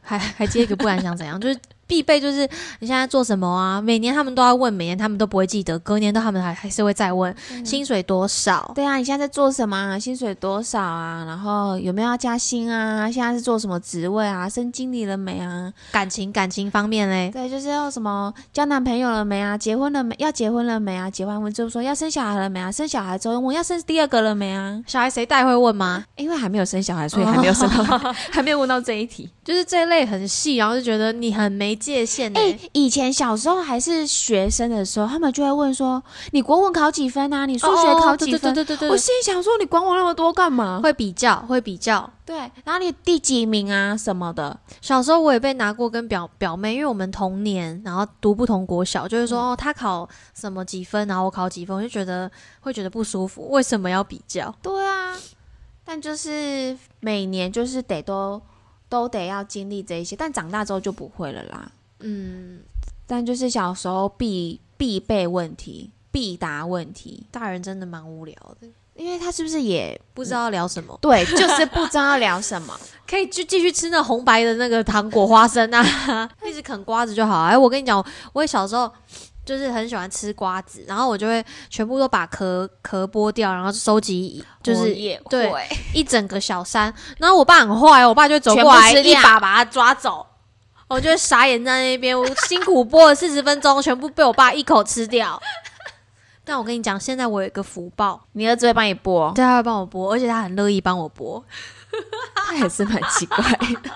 Speaker 1: 还还接一个不然想怎样，就是必备，就是你现在做什么啊？每年他们都要问，每年他们都不会记得，隔年都他们还还是会再问薪水多少。
Speaker 3: 对啊，你现在在做什么、啊？薪水多少啊？然后有没有要加薪啊？现在是做什么职位啊？升经理了没啊？
Speaker 1: 感情感情方面嘞，
Speaker 3: 对，就是要什么交男朋友了没啊？结婚了没？要结婚了没啊？结完婚之后说要生小孩了没啊？生小孩之后我要生第二个了没啊？
Speaker 1: 小孩谁带会问吗？
Speaker 3: 因为还没有生小孩， 所以还没有生
Speaker 1: 哦
Speaker 3: 到， 还没有问到这一题。
Speaker 1: 就是这类很细，然后就觉得你很没界限欸呢、
Speaker 3: 哎、以前小时候还是学生的时候，他们就会问说：“你国文考几分啊？你数学考几分？”
Speaker 1: 哦对对对对
Speaker 3: 我
Speaker 1: 对
Speaker 3: 心里想说：“你管我那么多干嘛
Speaker 1: 对，会比较会比较。？”
Speaker 3: 对，然后你第几名啊什么的，
Speaker 1: 小时候我也被拿过跟表表妹，因为我们同年，然后读不同国小，就是说、哦，她考什么几分，然后我考几分，我就觉得会觉得不舒服，为什么要比较？
Speaker 3: 对啊。但就是每年就是得都都得要经历这一些，但长大之后就不会了啦。
Speaker 1: 嗯，
Speaker 3: 但就是小时候必必备问题、必答问题，
Speaker 1: 大人真的蛮无聊的，
Speaker 3: 因为他是不是也
Speaker 1: 不知道聊什么。
Speaker 3: 对，就是不知道要聊什 么。
Speaker 1: 嗯可以就继续吃那红白的那个糖果花生 啊，一直啃瓜子就好。哎，我跟你讲，我也小时候就是很喜欢吃瓜子，然后我就会全部都把壳壳剥掉，然后收集就是
Speaker 3: 也会
Speaker 1: 对一整个小山。然后我爸很坏，我爸就走过来
Speaker 3: 全部吃
Speaker 1: 一
Speaker 3: 掉
Speaker 1: 把把他抓走，我就会傻眼在那 边。我辛苦剥了四十分钟，全部被我爸一口吃掉。但我跟你讲，现在我有一个福报，
Speaker 3: 你儿子会帮你播，
Speaker 1: 对，他会帮我剥，而且他很乐意帮我剥。
Speaker 3: 他也是蛮奇 怪的。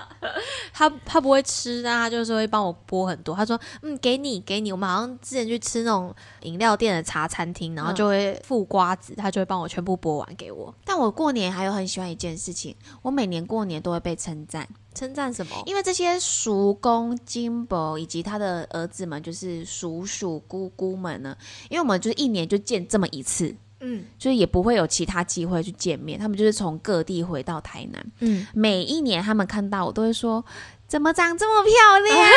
Speaker 1: 他他不会吃，但他就是会帮我剥很多。他说：“嗯，给你，给你。”我们好像之前去吃那种饮料店的茶餐厅，然后就会附瓜子，他就会帮我全部剥完给我。
Speaker 3: 但我过年还有很喜欢一件事情，我每年过年都会被称赞，
Speaker 1: 称赞什么？
Speaker 3: 因为这些叔公、金伯以及他的儿子们，就是叔叔、姑姑们呢，因为我们就是一年就见这么一次，
Speaker 1: 嗯
Speaker 3: 就是也不会有其他机会去见面，他们就是从各地回到台南，
Speaker 1: 嗯，
Speaker 3: 每一年他们看到我都会说：“怎么长这么漂亮？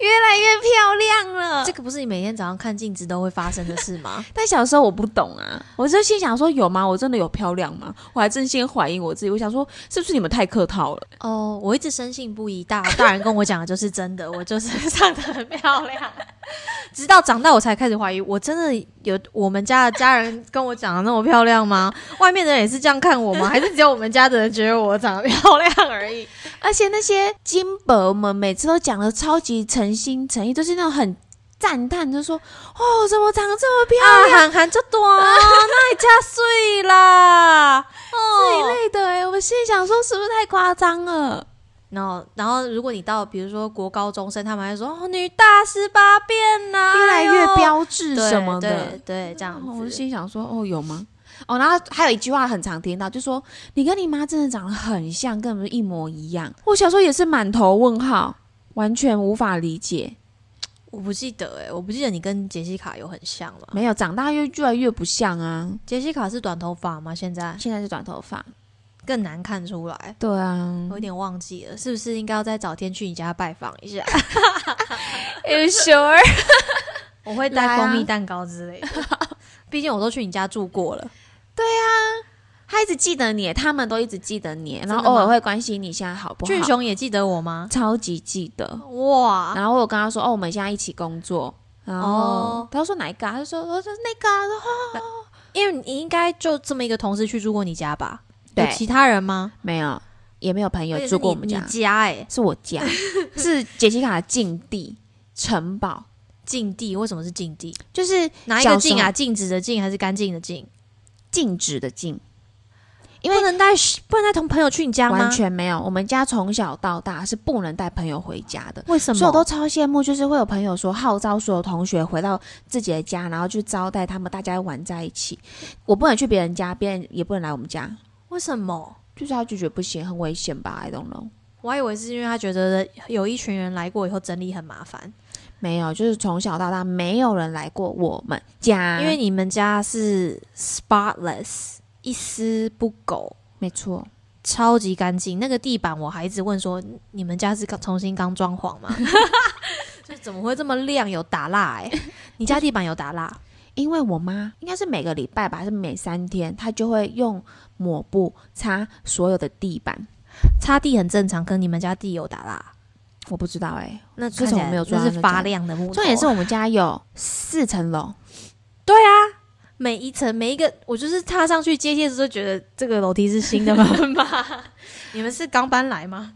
Speaker 3: 越来越漂亮了。”
Speaker 1: 这个不是你每天早上看镜子都会发生的事 吗？
Speaker 3: 但小时候我不懂啊，我就心想说有吗？我真的有漂亮吗？我还真心怀疑我自己，我想说是不是你们太客套了？
Speaker 1: 哦，我一直深信不疑，大大人跟我讲的就是真的，我就是长得很漂亮。 直到长大我才开始怀疑，我真的有我们家的家人跟我长得那么漂亮 吗？外面的人也是这样看我吗？还是只有我们家的人觉得我长得漂亮而已？
Speaker 3: 而且那些金伯们每次都讲的超级诚心诚意，都是那种很赞叹，就说哦，怎么长得这么漂
Speaker 1: 啊，
Speaker 3: 亮、
Speaker 1: 韩寒就 多，那你加碎 啦，
Speaker 3: 这
Speaker 1: 哦。
Speaker 3: 一类的、欸，我心里想说是不是太夸张了？
Speaker 1: 然后，然后如果你到比如说国高中生，他们还说哦，女大十八变呐、
Speaker 3: 越来越
Speaker 1: 标
Speaker 3: 标志什么的
Speaker 1: 对，对，这样
Speaker 3: 哦我就
Speaker 1: 子。
Speaker 3: 心里想说哦，有吗？ 哦，然后还有一句话很常听到，就说你跟你妈真的长得很像，根本就一模一样。我小时候也是满头问号，完全无法理解。
Speaker 1: 我不记得哎、我不记得你跟杰西卡有很像了。
Speaker 3: 没有，长大越越来越不像啊。
Speaker 1: 杰西卡是短头发吗？现在
Speaker 3: 现在是短头发，
Speaker 1: 更难看出来，
Speaker 3: 对啊
Speaker 1: 我有点忘记了，是不是应该要再找天去你家拜访一下？
Speaker 3: ，You sure？
Speaker 1: 我 会带蜂蜜蛋糕之类的，啊 毕竟我都去你家住过了。
Speaker 3: 他一直记得你，他们都一直记得你，然
Speaker 1: 真
Speaker 3: 后
Speaker 1: 的吗
Speaker 3: 偶尔会关心你现在好不
Speaker 1: 俊
Speaker 3: 好，
Speaker 1: 雄也记得我吗？
Speaker 3: 超级记得。
Speaker 1: 哇，
Speaker 3: 然后我有跟他说，哦，我们现在一起工作。然后
Speaker 1: 哦
Speaker 3: 他说哪一个啊？他就说我说那个啊。然后
Speaker 1: 因为你应该就这么一个同事去住过你家吧？有
Speaker 3: 对，
Speaker 1: 其他人吗？
Speaker 3: 没有，也没有朋友住过我们
Speaker 1: 而且是，
Speaker 3: 家
Speaker 1: 你你家哎、欸，
Speaker 3: 是我 家，是杰西卡的禁地城堡，
Speaker 1: 禁地为什么是禁地？
Speaker 3: 就是
Speaker 1: 哪一
Speaker 3: 小
Speaker 1: 个
Speaker 3: 时
Speaker 1: 禁啊？
Speaker 3: 候？
Speaker 1: 禁止的禁还是干净的净？
Speaker 3: 禁止的禁，
Speaker 1: 因为不能带不能带同朋友去你家吗？
Speaker 3: 完全没有。我们家从小到大是不能带朋友回家的。
Speaker 1: 为什么？
Speaker 3: 所以我都超羡慕，就是会有朋友说号召所有同学回到自己的家，然后去招待他们，大家玩在一起。我不能去别人家，别人也不能来我们家，
Speaker 1: 为什么？
Speaker 3: 就是他就觉得不行，很危险吧？I don't know。
Speaker 1: 我还以为是因为他觉得有一群人来过以后整理很麻烦，
Speaker 3: 没有，就是从小到大没有人来过我们家，
Speaker 1: 因为你们家是 spotless，一丝不苟，
Speaker 3: 没错，
Speaker 1: 超级干净。那个地板我还一直问说，你们家是刚重新刚装潢 吗？就怎么会这么亮？有打蜡哎、你家地板有打 蜡？
Speaker 3: 因为我妈应该是每个礼拜吧，还是每三天，她就会用抹布擦所有的地板。
Speaker 1: 擦地很正常，可你们家地有打蜡，
Speaker 3: 我不知道哎、
Speaker 1: 那
Speaker 3: 自
Speaker 1: 看
Speaker 3: 从
Speaker 1: 起来
Speaker 3: 没有装
Speaker 1: 那
Speaker 3: 那
Speaker 1: 是
Speaker 3: 种
Speaker 1: 发亮的木头。啊
Speaker 3: 重点是我们家有四层楼，
Speaker 1: 每一层每一个，我就是踏上去阶梯的时候，觉得这个楼梯是新的吗？ 你们是刚搬来吗？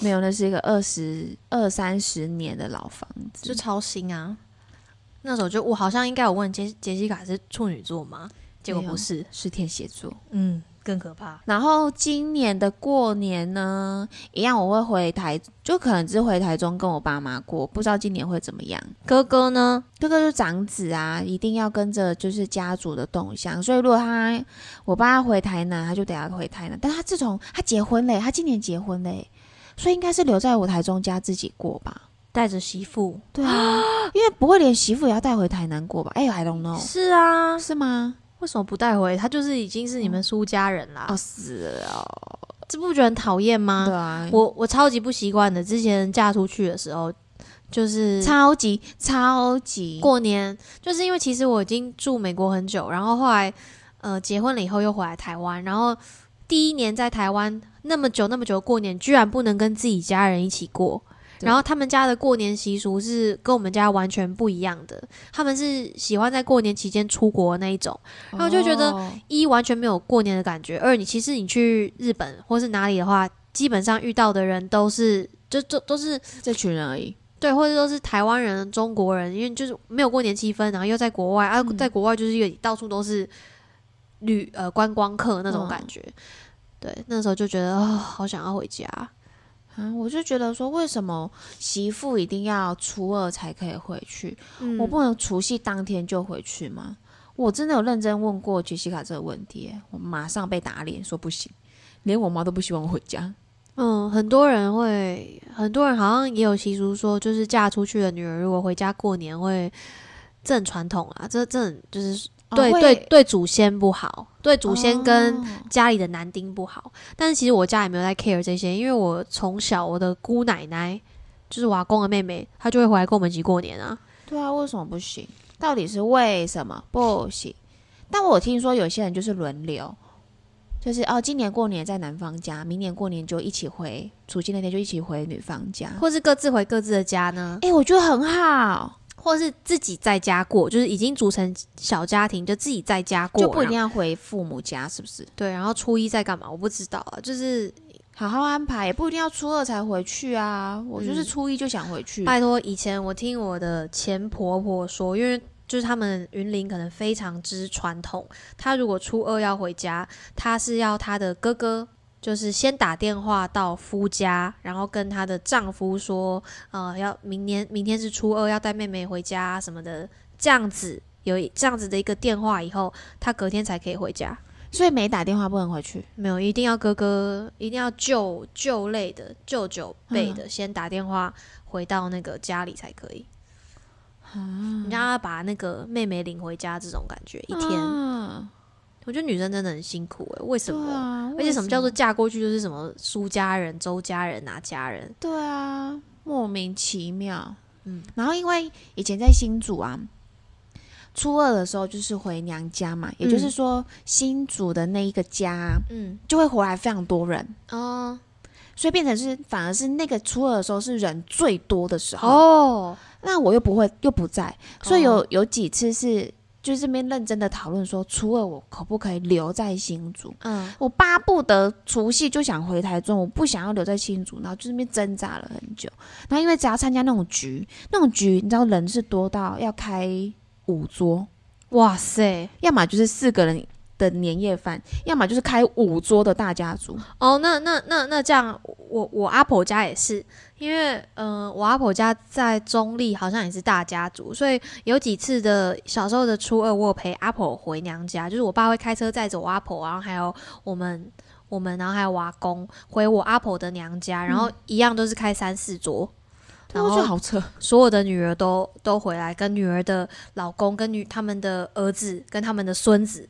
Speaker 3: 没有，那是一个二十二三十年的老房
Speaker 1: 就
Speaker 3: 子。
Speaker 1: 超新啊！那时候就我好像应该有问杰杰西卡是处女座吗？结果
Speaker 3: 没有
Speaker 1: 不是，
Speaker 3: 是天蝎座，
Speaker 1: 嗯，更可怕。
Speaker 3: 然后今年的过年呢，一样我会回台，就可能只回台中跟我爸妈过，不知道今年会怎么样。
Speaker 1: 哥哥呢？
Speaker 3: 哥哥就长子啊，一定要跟着就是家族的动向，所以如果他我爸要回台南，他就得要回台南。但他自从他结婚嘞，他今年结婚嘞，所以应该是留在我台中家自己过吧。
Speaker 1: 带着媳妇？
Speaker 3: 对啊， 因为不会连媳妇也要带回台南过吧？哎、i don't know，
Speaker 1: 是啊，
Speaker 3: 是吗？
Speaker 1: 为什么不带回？他就是已经是你们苏家人啦，
Speaker 3: 哦，是哦，
Speaker 1: 这不觉得很讨厌吗？
Speaker 3: 对啊，
Speaker 1: 我我超级不习惯的，之前嫁出去的时候，就是
Speaker 3: 超级超级
Speaker 1: 过年，就是因为其实我已经住美国很久，然后后来呃结婚了以后又回来台湾，然后第一年在台湾那么久那么久的过年，居然不能跟自己家人一起过。
Speaker 3: 对
Speaker 1: 然后他们家的过年习俗是跟我们家完全不一样的，他们是喜欢在过年期间出国的那一种。然后就觉得
Speaker 3: 哦
Speaker 1: 一完全没有过年的感觉，二你其实你去日本或是哪里的话，基本上遇到的人都是就都都是
Speaker 3: 这群人而已，
Speaker 1: 对，或者都是台湾人、中国人，因为就是没有过年气氛，然后又在国外啊，在国外就是一个到处都是旅呃观光客那种感觉。对，那时候就觉得哦，好想要回家。
Speaker 3: 啊，我就觉得说，为什么媳妇一定要初二才可以回去？
Speaker 1: 嗯
Speaker 3: 我不能除夕当天就回去吗？我真的有认真问过杰西卡这个问题耶，我马上被打脸，说不行，连我妈都不希望我回家。
Speaker 1: 嗯，很多人会，很多人好像也有习俗说，就是嫁出去的女儿如果回家过年会，这很传统啊，这这很就是对
Speaker 3: 哦
Speaker 1: 对，
Speaker 3: 会
Speaker 1: 对，祖先不好，对祖先跟
Speaker 3: 哦
Speaker 1: 家里的男丁不好。但是其实我家也没有在 care 这些，因为我从小我的姑奶奶就是我阿公的妹妹，她就会回来跟我们一起过年啊。
Speaker 3: 对啊，为什么不行？到底是为什么不行？但我有听说有些人就是轮流，就是哦，今年过年在男方家，明年过年就一起回，除夕那天就一起回女方家。
Speaker 1: 或是各自回各自的家呢？
Speaker 3: 哎、我觉得很好，
Speaker 1: 或是自己在家过，就是已经组成小家庭，就自己在家过，
Speaker 3: 就不一定
Speaker 1: 然后
Speaker 3: 要回父母家，是不是？
Speaker 1: 对。然后初一在干嘛？我不知道啊，就是
Speaker 3: 好好安排，也不一定要初二才回去啊。我就是
Speaker 1: 嗯
Speaker 3: 初一就想回去，啊
Speaker 1: 拜托，以前我听我的前婆婆说，因为就是他们云林可能非常之传统，她如果初二要回家，她是要她的哥哥。就是先打电话到夫家，然后跟她的丈夫说，呃，要明年明天是初二，要带妹妹回家啊什么的，这样子有一这样子的一个电话以后，她隔天才可以回家。
Speaker 3: 所以没打电话不能回去。
Speaker 1: 没有，一定要哥哥，一定要舅舅类的舅舅辈的、先打电话回到那个家里才可以。你让他把那个妹妹领回家，这种感觉一天，
Speaker 3: 啊
Speaker 1: 我觉得女生真的很辛苦哎、为什
Speaker 3: 对
Speaker 1: 么？
Speaker 3: 啊，
Speaker 1: 而且什么叫做
Speaker 3: 为
Speaker 1: 嫁过去就是什么苏家人、周家人、哪家人？
Speaker 3: 对啊？莫名其妙。
Speaker 1: 嗯
Speaker 3: 嗯，然后因为以前在新竹啊，初二的时候就是回娘家嘛，也就是
Speaker 1: 嗯
Speaker 3: 说新竹的那一个家啊
Speaker 1: 嗯，
Speaker 3: 就会回来非常多人，
Speaker 1: 哦
Speaker 3: 所以变成是反而是那个初二的时候是人最多的时候。
Speaker 1: 哦，
Speaker 3: 那我又不会又不在，所以有、
Speaker 1: 哦
Speaker 3: 有几次是就是这边认真的讨论说，初二我可不可以留在新竹？
Speaker 1: 嗯，
Speaker 3: 我巴不得除夕就想回台中，我不想要留在新竹，然后就那边挣扎了很久。然后因为只要参加那种局，那种局你知道人是多到要开五桌，
Speaker 1: 哇塞，
Speaker 3: 要么就是四个人的年夜饭，要么就是开五桌的大家族。
Speaker 1: 哦，那那那那这样，我我阿婆家也是，因为嗯、呃我阿婆家在中立，好像也是大家族，所以有几次的小时候的初二，我有陪阿婆回娘家，就是我爸会开车载着我阿婆，然后还有我们我们，然后还有我阿公回我阿婆的娘家，然后一样都是开三四桌，
Speaker 3: 然
Speaker 1: 然
Speaker 3: 后就
Speaker 1: 后
Speaker 3: 好扯，
Speaker 1: 所有的女儿都都回来，跟女儿的老公、跟女他们的儿子、跟他们的孙子，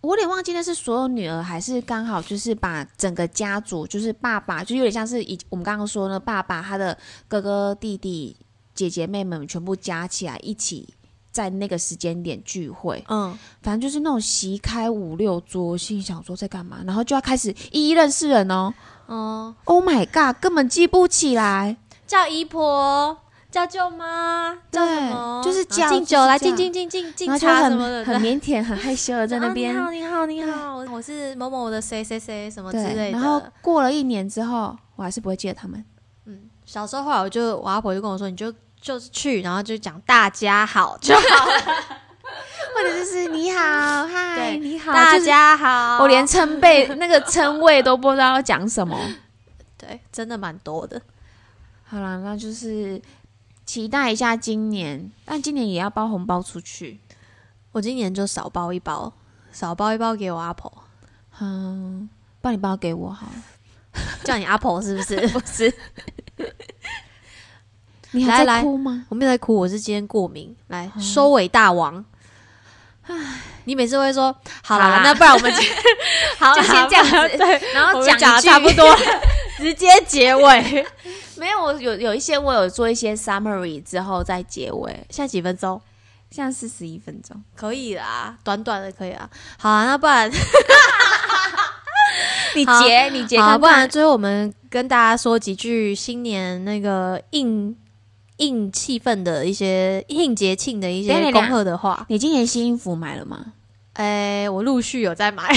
Speaker 3: 我有点忘记那是所有女儿，还是刚好就是把整个家族，就是爸爸，就有点像是以我们刚刚说的爸爸他的哥哥、弟弟、姐姐、妹妹们全部加起来一起在那个时间点聚会，
Speaker 1: 嗯，
Speaker 3: 反正就是那种席开五六桌，我心里想说在干嘛，然后就要开始一一认识人哦。
Speaker 1: 哦、
Speaker 3: Oh my god，根本记不起来。
Speaker 1: 叫姨婆，叫舅妈，叫什么？
Speaker 3: 对嗯就是
Speaker 1: 哦然后
Speaker 3: 叫
Speaker 1: 敬啊酒来
Speaker 3: 就是
Speaker 1: 敬
Speaker 3: 叫
Speaker 1: 敬敬敬
Speaker 3: 然
Speaker 1: 敬
Speaker 3: 后就
Speaker 1: 茶什么的，
Speaker 3: 很很腼腆、很害羞的在那边，
Speaker 1: 啊你 好，你好，你好，我是某某的谁谁谁什么之
Speaker 3: 对。
Speaker 1: 类
Speaker 3: 然后
Speaker 1: 的。
Speaker 3: 过了一年之后，我还是不会记得他们。
Speaker 1: 嗯，小时候后来我就我阿婆就跟我说，你就就是去，然后就讲大家 好就好，
Speaker 3: 或者就是你好，嗨，
Speaker 1: 对
Speaker 3: 你好，
Speaker 1: 大
Speaker 3: 就是
Speaker 1: 家好。
Speaker 3: 我连称辈那个称谓都不知道要讲 什么。
Speaker 1: 对，真的蛮多的。
Speaker 3: 好啦，那就是期待一下今年，但今年也要包红包出去。
Speaker 1: 我今年就少包一包，少包一包给我阿婆，
Speaker 3: 嗯，帮你包给我好了，
Speaker 1: 叫你阿婆 是不是？
Speaker 3: 不是？ 你还
Speaker 1: 来
Speaker 3: 在
Speaker 1: 来
Speaker 3: 哭吗？
Speaker 1: 我没有在哭，我是今天过敏。来，收尾大王。你每次会说好
Speaker 3: 好
Speaker 1: 啦
Speaker 3: 啦，
Speaker 1: 那不然我们就 哦好啦
Speaker 3: 就先这样子
Speaker 1: 对，
Speaker 3: 然
Speaker 1: 我
Speaker 3: 后
Speaker 1: 们讲
Speaker 3: 讲
Speaker 1: 的
Speaker 3: 一句
Speaker 1: 差不 多，直接结尾。
Speaker 3: 没有，我有有一些我有做一些 summary 之后再结尾，
Speaker 1: 现在几分钟？
Speaker 3: 像四十一分钟。
Speaker 1: 可以啦，短短的可以啦。好啊，那不然
Speaker 3: 你
Speaker 1: 好
Speaker 3: 结，你结
Speaker 1: 好啊
Speaker 3: 看
Speaker 1: 不然
Speaker 3: 看。
Speaker 1: 最后我们跟大家说几句新年那个应应气氛的一些应节庆的一
Speaker 3: 等一
Speaker 1: 些
Speaker 3: 下
Speaker 1: 恭贺的话。
Speaker 3: 你今年新衣服买了吗？
Speaker 1: 哎，我陆续有在买。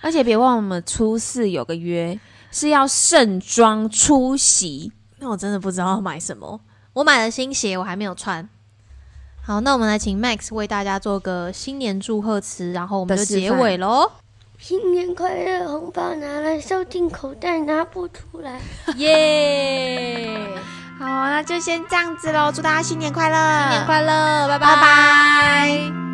Speaker 3: 而且别忘了，我们初四有个约是要盛装出席。
Speaker 1: 那我真的不知道要买什么。 我买了新鞋，我还没有穿。好，那我们来请 Max 为大家做个新年祝贺词，然后我们就
Speaker 3: 的示
Speaker 1: 结
Speaker 3: 范
Speaker 1: 尾喽。
Speaker 4: 新年快乐，红包拿来收进口袋，拿不出来。
Speaker 1: 耶！
Speaker 3: 好，那就先这样子喽，祝大家新年快乐！
Speaker 1: 新年快乐，拜
Speaker 3: 拜
Speaker 1: 拜